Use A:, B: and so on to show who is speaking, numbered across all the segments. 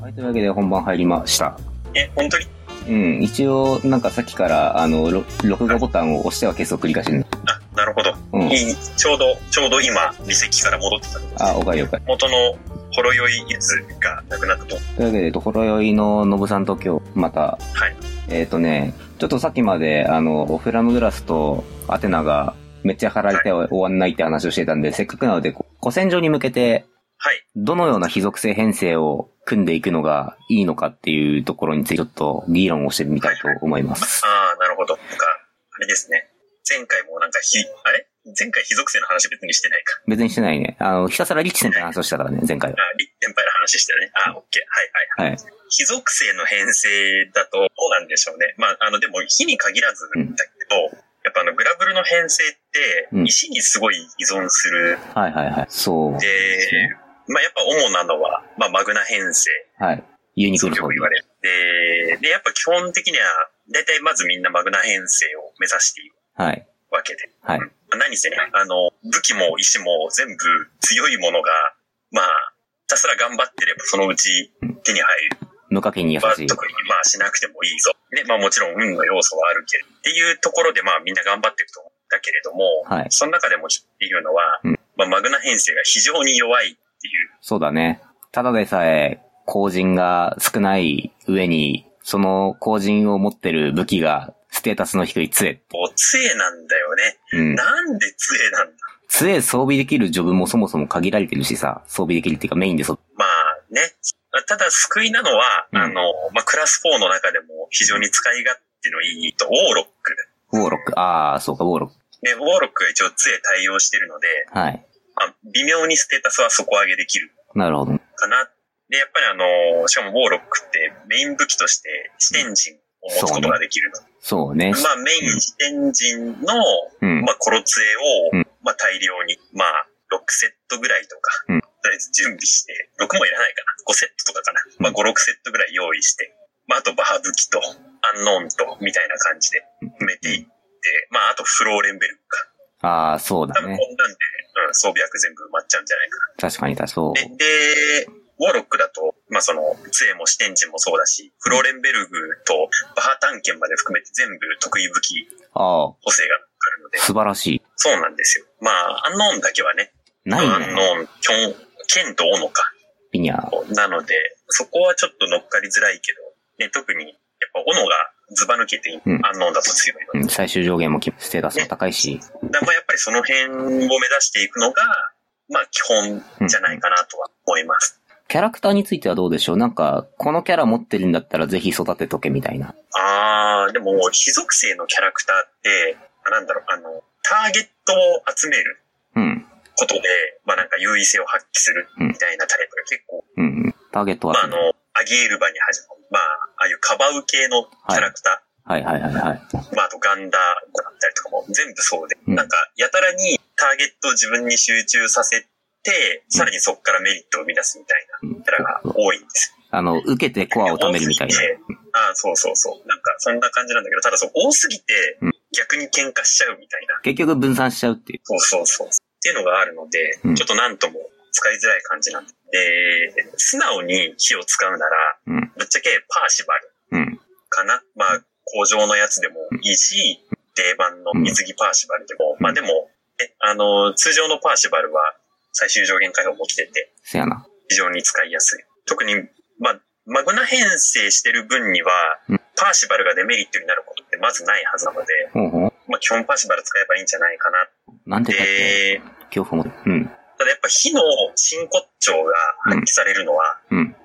A: はい、というわけで本番入りました。
B: え、本当に
A: うん、一応、なんかさっきから、あの、ろ録画ボタンを押しては消すを繰り返してる。
B: あ、なるほど。
A: うん
B: い。い、ちょうど、ちょうど今、離席から戻ってきたところです
A: あ、おかえりおかえ
B: 元のほろ酔いやつがなくなったと。
A: り。というわけで、ところ酔いののぶさんと今日、また、
B: はい。
A: えっ、とね、ちょっとさっきまで、あの、オフラムグラスとアテナが、めっちゃ貼られて終わんないって話をしてたんで、せっかくなので、こう古戦場に向けて、
B: はい。
A: どのような非属性編成を組んでいくのがいいのかっていうところについてちょっと議論をしてみたいと思います。
B: ああ、なるほど。なんか、あれですね。前回もなんか、ひ、あれ前回、非属性の話別にしてないか。
A: 別にしてないね。あの、ひたすらリッチ先輩の話をしたからね、前回は。
B: あ、立先輩の話してたね。あ、オッケー。はいはいはい。
A: はい。
B: 非属性の編成だと、どうなんでしょうね。まあ、あの、でも、火に限らずだけど、やっぱあの、グラブルの編成って
A: う、ん
B: 石にすごい依存する。
A: はいはいはい。そう。
B: で、まあ、やっぱ主なのは、まあ、マグナ編成。
A: はい。ユニクル
B: よ
A: ソ
B: く言われる。で、で、やっぱ基本的には、だいたいまずみんなマグナ編成を目指している
A: はい。
B: わけで。
A: はい
B: うん。何せね、あの、武器も石も全部強いものが、まあ、ひたすら頑張ってればそのうち手に入る。
A: 無課金に優
B: まあ、特
A: しい
B: に。まあしなくてもいいぞ。ね、まあもちろん運の要素はあるけど。っていうところでまあみんな頑張っていくと思うんだけれども、
A: はい。
B: その中でもちょっと言うのは、
A: うん
B: まあマグナ編成が非常に弱いっていう
A: そうだね。ただでさえ、後人が少ない上に、その後人を持ってる武器が、ステータスの低い杖。
B: こう、杖なんだよね。
A: うん。
B: なんで杖なんだ
A: 杖装備できるジョブもそもそも限られてるしさ、装備できるっていうかメインでそ、
B: まあね、ただ救いなのは、
A: うん
B: あの、まあクラス4の中でも非常に使い勝手のいいと、ウォーロック。
A: ウォーロック。ああ、そうか、ウォーロック。
B: で、ウォーロックが一応杖対応してるので、
A: はい。
B: まあ微妙にステータスは底上げできる
A: なるほど。
B: かな。で、やっぱりあの、しかもウォーロックってメイン武器として視点陣を持つことができるの。
A: そうね。
B: まあメイン視点陣の、
A: うん
B: ま。あコロ杖
A: う
B: を
A: ん、
B: まあ大量に、まあ6セットぐらいとか
A: うん、
B: とりあえず準備して、6もいらないかな。5セットとかかな。まあ5、6セットぐらい用意して、まああとバハブキと、アンノーンと、みたいな感じで埋めていって、まああとフローレンベルクか。
A: ああ、そう
B: 多
A: だ
B: 分
A: ね。
B: こんなんで、うん、装備役全部埋まっちゃうんじゃないか
A: 確かに確かに。そ
B: な。で、で、ウォーロックだと、まあその、杖も視点陣もそうだし、フローレンベルグとバハ探検まで含めて全部得意武器
A: う。ああ、
B: 補正があるので、
A: 素晴らしい。
B: そうなんですよ。まあ、アンノーンだけはね、
A: ない
B: アン
A: ね。
B: ノーン、キョン、剣と斧か。
A: ピニャ。
B: なので、そこはちょっと乗っかりづらいけど、ね、特に、やっぱ斧がずば抜けて、
A: うん
B: アンノーンだと強いので。
A: うん、最終上限もきステータスも高いし。
B: だまあやっぱりその辺を目指していくのが、まあ基本じゃないかなとは思います。
A: キャラクターについてはどうでしょうなんか、このキャラ持ってるんだったらぜひ育てとけみたいな。
B: あー、でも、非属性のキャラクターって、あなんだろう、あの、ターゲットを集める
A: うん。
B: ことで、まあなんか優位性を発揮するみたいなタイプが結構
A: うん。ターゲットは
B: まあ、あ。の、アギエルバに始まる、まあ、ああいうカバウ系のキャラクタ
A: はいはいはいはい。
B: ー、まあ、あとガンダーだったりとかも全部そうで、
A: うん
B: なんか、やたらにターゲットを自分に集中させて、さらにそこからメリットを生み出すみたいなキャラが多いんです
A: あの、受けてコ
B: よ。
A: アを貯めるみたいな
B: 多。すぎてああ、そうそうそう。なんか、そんな感じなんだけど、ただそう、多すぎて
A: うん、
B: 逆に喧嘩しちゃうみたいな。
A: 結局分散しちゃうっていう。
B: そうそうそう。っていうのがあるので、
A: うん
B: ちょっとなんとも使いづらい感じなんで、で素直に火を使うなら、
A: うん。
B: ぶっちゃけパーシバル。
A: うん。
B: かな。まあ、工場のやつでもいいし、定番の水着パーシバルでも、
A: うん
B: まあでも、ね、あの、通常のパーシバルは最終上限解放も来てて、
A: せやな。
B: 非常に使いやすい。特に、まあ、マグナ編成してる分には
A: うん、
B: パーシバルがデメリットになることってまずないはずなので、
A: ほうほう。
B: まあ基本パーシバル使えばいいんじゃないかな
A: なん
B: って
A: だって、
B: て、
A: 恐怖も。うん。
B: ただやっぱ火の真骨頂が発揮されるのは、
A: うん。
B: やっぱり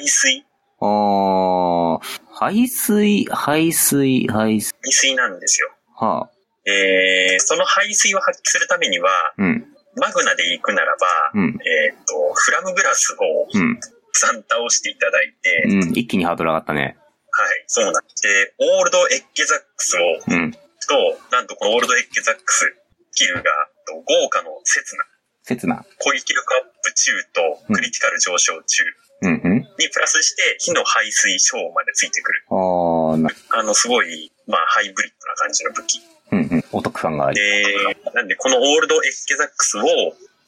B: 排水、
A: あー、排水、排水、排水。
B: 排水なんですよ。
A: はあ。
B: えー、その排水を発揮するためには、
A: うん。
B: マグナで行くならば、
A: うん。
B: えーっと、フラムグラスをた
A: うん。
B: くさん倒していただいて、はい、
A: うん。一気にハードル上がったね。
B: そうなんですで、オールドエッケザックスを、
A: うん。
B: と、なんとこのオールドエッケザックス、スキルが、と豪華の刹那、
A: 刹那。
B: 攻撃力アップ中とクリティカル上昇中
A: うんうん。
B: にプラスして、火の排水小までついてくる。
A: あー、な、
B: あの、すごい、まあ、ハイブリッドな感じの武器。
A: うんうん。お得感があり。
B: で、なんで、このオールドエッケザックスを、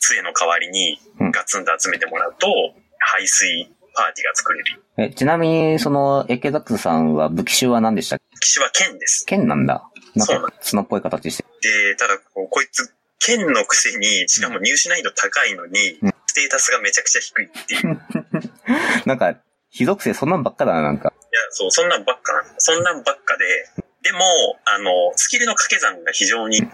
B: 杖の代わりにガツンと集めてもらうと、排水パーティーが作れる。
A: え、ちなみに、その、エケザックスさんは武器種は何でしたっけ
B: 騎士は剣です。
A: 剣なんだ。なん
B: そうな
A: か、角っぽい形して。
B: で、ただこう、こいつ、剣のくせに、しかも入手難易度高いのに
A: うん、
B: ステータスがめちゃくちゃ低いっていう。いや、
A: なんか、非属性そんなんばっかだな、なんか。
B: そう、そんなんばっかなんそんなんばっかで、でも、あの、スキルの掛け算が非常に、あの、エ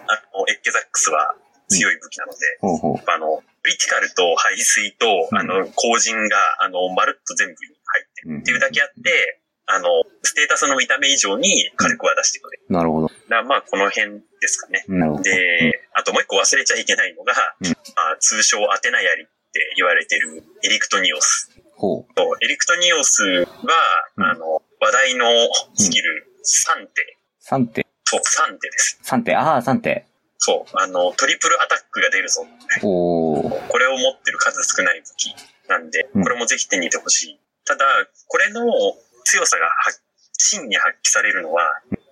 B: ッケザックスは強い武器なので、
A: ほうほう。
B: やっぱあの、クリティカルと排水と、
A: うん
B: あの、後陣が、あの、まるっと全部に入ってる
A: うん
B: っていうだけあって、あの、ステータスの見た目以上に火力は出してくれる。
A: なるほど。
B: だからまあ、この辺ですかね。
A: なるほど。
B: で、あともう一個忘れちゃいけないのが、
A: うん
B: まあ、通称アテナヤリって言われてるエリクトニオス。
A: ほう。
B: とエリクトニオスは、
A: うん
B: あの、話題のスキル、
A: 3
B: 3手。
A: 手、
B: そう、3手です。
A: 3手、ああ、3手。
B: そう、あの、トリプルアタックが出るぞ。
A: おー。
B: これを持ってる数少ない武器なんで、
A: うん
B: これもぜひ手に入れてほしい。ただ、これの強さが発真に発揮されるのは、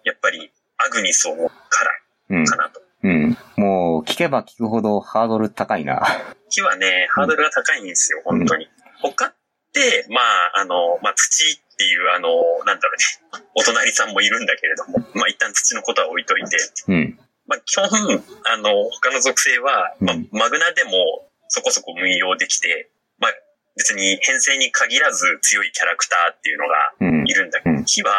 B: やっぱりアグニスを持つから
A: うん。
B: かなと。
A: うん。もう、聞けば聞くほどハードル高いな。
B: 木はね、ハードルが高いんですよ、本当に。他って、まあ、あの、まあ、土っていう、あの、なんだろうね、お 隣さんもいるんだけれども、まあ、一旦土のことは置いといて、
A: うん。
B: まあ、基本、あの、他の属性は、まあ
A: うん、
B: マグナでもそこそこ運用できて、まあ、別に編成に限らず強いキャラクターっていうのが
A: うん
B: い。るんだけ
A: う
B: ど、
A: ん
B: 火は、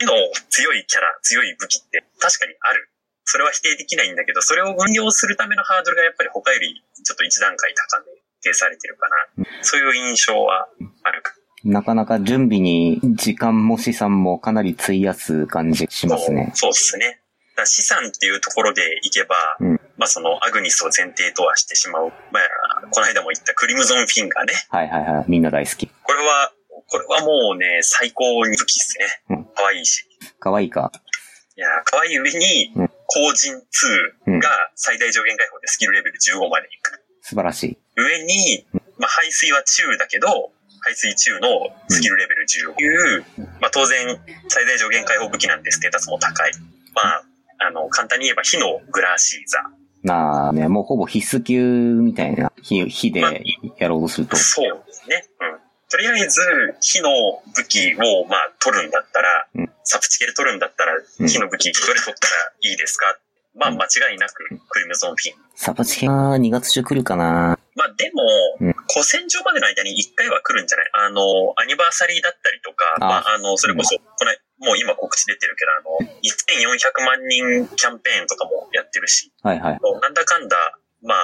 B: 火の強いキャラ、強い武器って確かにある。それは否定できないんだけど、それを運用するためのハードルがやっぱり他よりちょっと一段階高め、定されてるかな。そういう印象はある。
A: なかなか準備に時間も資産もかなり費やす感じしますね。
B: そうですね。だから資産っていうところでいけば、
A: うん
B: まあそのアグニスを前提とはしてしまう。まあ、この間も言ったクリムゾンフィンガーね。
A: はいはいはい。みんな大好き。
B: これは、これはもうね、最高に武器です
A: うん
B: ね。可愛いし。
A: 可愛いか。
B: いやー、可愛い上に
A: うん、
B: 後陣2が最大上限解放でスキルレベル15までいく。
A: 素晴らしい。
B: 上に、まあ、排水は中だけど、排水中のスキルレベル15いう、まあ、当然、最大上限解放武器なんでステータスも高い。まあ、あの、簡単に言えば火のグラシーザ。
A: なあね、もうほぼ必須級みたいな火、火でやろうとすると。
B: そうですね。うん。とりあえず、火の武器を、まあ、取るんだったら、
A: うん
B: サプチケで取るんだったら、
A: うん
B: 火の武器どれ取ったらいいですかまあ、間違いなく、クリムゾンフィン。
A: サパチケが2月中来るかな。
B: まあでも
A: うん、
B: 古戦場までの間に一回は来るんじゃないあの、アニバーサリーだったりとか、
A: あ
B: まあ、あの、それこそ、この、もう今告知出てるけど、あの、1400万人キャンペーンとかもやってるし、
A: はいはい。
B: なんだかんだ、まあ、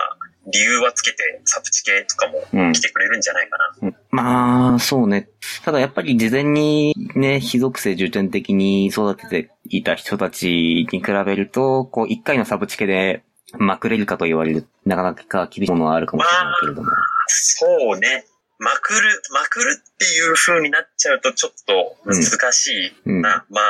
B: 理由はつけて、サプチ系とかも
A: うん
B: 来。てくれるんじゃないかな。
A: まあ、そうね。ただやっぱり事前にね、非属性重点的に育てていた人たちに比べると、こう、一回のサブチケで、まくれるかと言われる、なかなか厳しいものはあるかもしれないけれども。
B: そうね。まくる、まくるっていう風になっちゃうとちょっと難しい
A: うん。
B: な、ま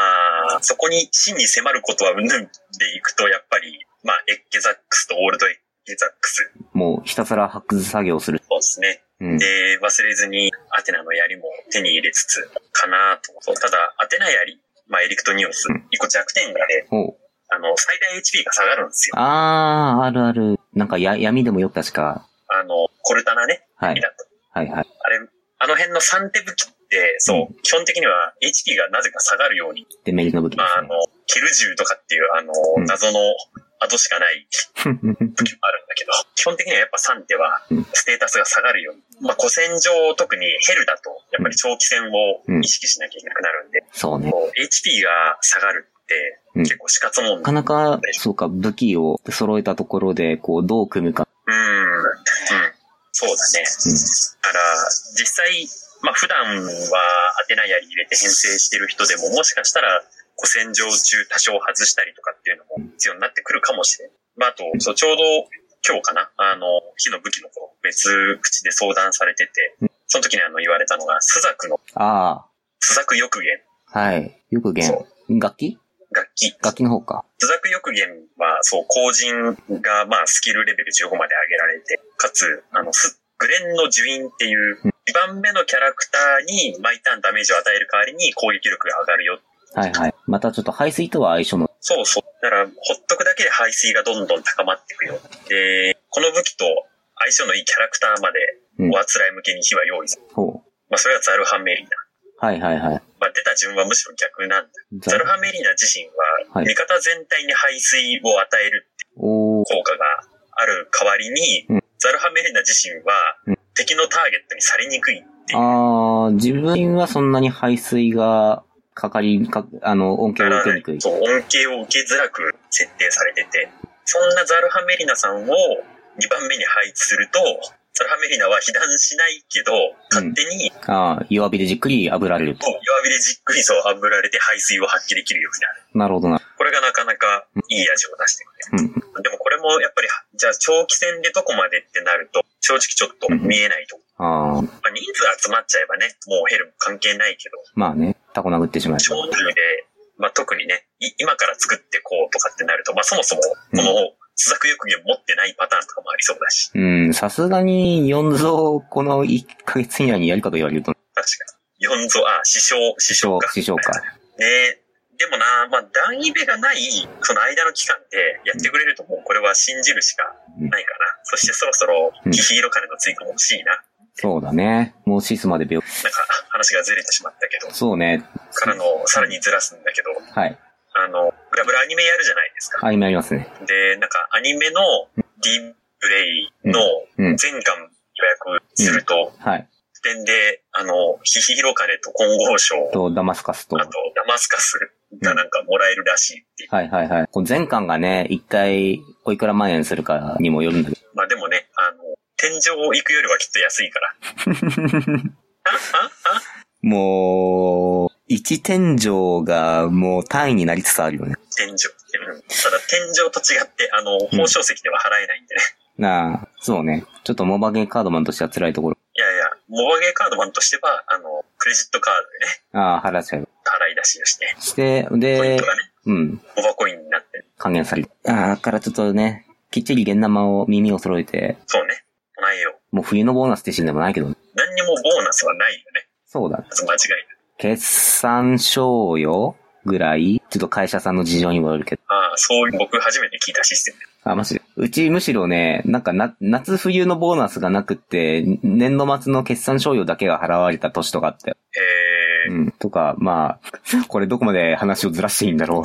B: あ、そこに真に迫ることはうんぬんでいくと、やっぱり、まあ、エッケザックスとオールドエッケザックス。
A: もうひたすら発掘作業する。
B: そうですね。
A: うん。
B: で、忘れずに、アテナの槍も手に入れつつ、かなと。そうただ、アテナ槍、まあ、エリクトニオス
A: うん、
B: 一個弱点がね、
A: おう
B: あの、最大 HP が下がるんですよ。
A: あー、あるある。なんかや、闇でもよく確か。
B: あの、コルタナね、
A: は
B: 槍
A: い。
B: だと。
A: はいはい。
B: あれ、あの辺の3手武器って、そう、基本的には HP がなぜか下がるように、
A: デメリットの武器で
B: まあ、あの、ケル銃とかっていう、あの
A: うん、
B: 謎の後しかない
A: すね。
B: 時もあるんだけど、基本的にはやっぱ3手は
A: うん
B: ステータスが下がるように。まあ、古戦場、特にヘルだと、やっぱり長期戦を意識しなきゃいけなくなるんで、
A: そうね。
B: こう HP が下がるって
A: うん
B: 結構死活
A: なか
B: 問題。
A: なか、そうか、武器を揃えたところで、こう、どう組むか。
B: うん。うん。そうだね。
A: うん
B: だから、実際、まあ、普段は当てない槍入れて編成してる人でも、もしかしたら、古戦場中多少外したりとかっていうのも必要になってくるかもしれん。まあ、あと、そう、ちょうど今日かな、あの、火の武器の頃、別口で相談されて
A: う
B: て、その時にあの、言われたのが、スザクの、
A: あ
B: スザク翼弦、
A: あ、はい。よく弦
B: そ。
A: 楽器
B: 楽器。
A: 楽器の方か。
B: スザク翼弦は、そう、後人が、まあ、スキルレベル15まで上げられて、かつ、あの、すグレンの呪印っていう、2番目のキャラクターに毎ターンダメージを与える代わりに攻撃力が上がるよ。
A: はいはい。またちょっと排水とは相性の。
B: そうそう。だから、ほっとくだけで排水がどんどん高まっていくよ。で、この武器と相性のいいキャラクターまで、
A: うん
B: おあつらい向けに火は用意する。
A: ほ
B: まあ、それはザルハメリーナ。
A: はいはいはい。
B: まあ、出た順はむしろ逆なんだ。ザ
A: ザ
B: ルハメリーナ自身
A: は
B: は、
A: い
B: 味方全体に排水を与える
A: おー。
B: 効果がある代わりに、
A: うん
B: ザルハメリーナ自身は
A: うん、
B: 敵のターゲットにされにくいっていう。
A: あー、自分はそんなに排水がかかり、か、あの、恩恵を受けにくい。
B: そう、恩恵を受けづらく設定されてて、そんなザルハメリナさんを2番目に配置すると、ザルハメリナは被弾しないけど、勝手に
A: あー、弱火でじっくり炙られると。
B: 弱火でじっくりそう炙られて排水を発揮できるように
A: な
B: なる。
A: るほどな。
B: これがなかなかいい味を出してくれる。
A: うん。
B: でもこれもやっぱり、じゃあ長期戦でどこまでってなると、正直ちょっと見えないとこ。
A: あー、
B: まあ、人数集まっちゃえばね、もうヘルム関係ないけど、
A: まあね、タコ殴ってしまえ
B: 少数で、まあ、特にね、い今から作ってこうとかってなると、まあ、そもそも、この、スザク欲義を持ってないパターンとかもありそうだし、
A: ば。うん、さすがに、四ぞこの1ヶ月以内にやるかと言われると、
B: 確かに。四ぞ、あ、師匠、師匠か。
A: 師匠か。
B: ねでもな、まあ、段位ベがない、その間の期間でやってくれるともうこれは信じるしかないかな。そしてそろそろ、
A: うん
B: ヒヒーロカネの追加も欲しいな。
A: そうだね。もうシスまで病。
B: なんか、話がずれてしまったけど、
A: そうね。
B: からの、さらにずらすんだけど、
A: はい。
B: あの、ブラブラアニメやるじゃないですか。
A: あ、今やりますね。
B: で、なんかアニメの D プレイの
A: うん。
B: 全巻予約すると、
A: はい。
B: 点で、あの、ヒヒヒロカネと金剛賞、
A: と、ダマスカスと
B: あ。とダマスカスがなんかもらえるらしいっていう。
A: はいはいはい。こう前巻がね、一回、おいくら万円するかにもよるんだけ
B: まあでもね、あの、天井を行くよりはきっと安いから。あああ
A: ど。もう、一天井がもう単位になりつつあるよね。
B: 天井。うんただ天井と違って、あの、報奨席では払えないんでね。
A: なあ、そうね。ちょっとモバゲーカードマンとしては辛いところ。
B: いやいや、モバゲーカードマンとしては、あの、クレジットカードでね、
A: ああ、払っちゃう。
B: 払い出しをして、
A: して、
B: ポイン
A: で
B: ト、がね、
A: うん。
B: モバコインになってる。
A: 還元される。ああ、だからちょっとね、きっちり現生を耳を揃えて、
B: そうね、唱えよう。
A: もう冬のボーナスって死んでもないけどね。
B: 何にもボーナスはないよね。
A: そうだ。
B: まず間違いない。
A: 決算賞与ぐらい、ちょっと会社さんの事情にもよるけど。
B: ああ、そういう、僕初めて聞いたシステム。
A: あ、マジで。うちむしろね、なんかな、夏冬のボーナスがなくって、年度末の決算賞与だけが払われた年とかあったよ。
B: えー、
A: うん。とか、まあ、 これどこまで話をずらしていいんだろう。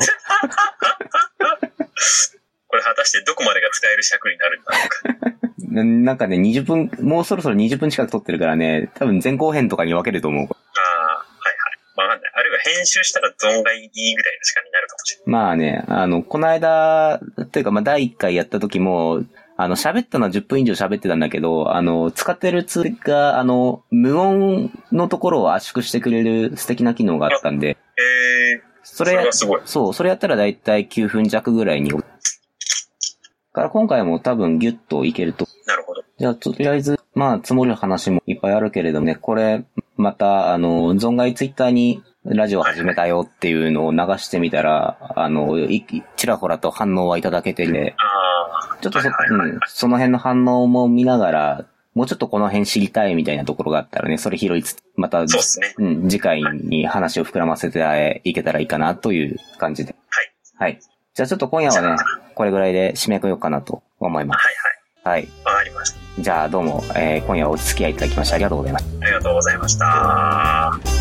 B: これ果たしてどこまでが使える尺にな るんだろうか。
A: ななんかね、20分、もうそろそろ20分近く撮ってるからね、多分前後編とかに分けると思う。
B: ああ、はいはい。わかんない。あるいは編集したら存外いいぐらいの時間になるかもしれない。
A: まあね、あの、この間、というかまあ第1回やった時も、あの、喋ったのは10分以上喋ってたんだけど、あの、使ってるツールが、あの、無音のところを圧縮してくれる素敵な機能があったんで、
B: えー、
A: そ
B: それ
A: れ
B: は、すごい。
A: そう、それやったらだいたい9分弱ぐらいに。だから今回も多分ギュッといけると。
B: なるほど。
A: じゃあ、とりあえず、まあ、積もる話もいっぱいあるけれどもね、これ、また、あの、存外ツイッターにラジオ始めたよっていうのを流してみたら、あの、いちらほらと反応はいただけてね、
B: ああ、
A: ちょっとそ,、
B: はいはいはい
A: うん、その辺の反応も見ながら、もうちょっとこの辺知りたいみたいなところがあったらね、それ拾いつつ、また、
B: そうですね。
A: うん、次回に話を膨らませていけたらいいかなという感じで。
B: はい。
A: はい。じゃあちょっと今夜はね、これぐらいで締めようかなと思います。
B: はい
A: はい。
B: はい。わかりました。
A: じゃあどうも、えー今夜はお付き合いいただきましてありがとうございました。
B: ありがとうございました。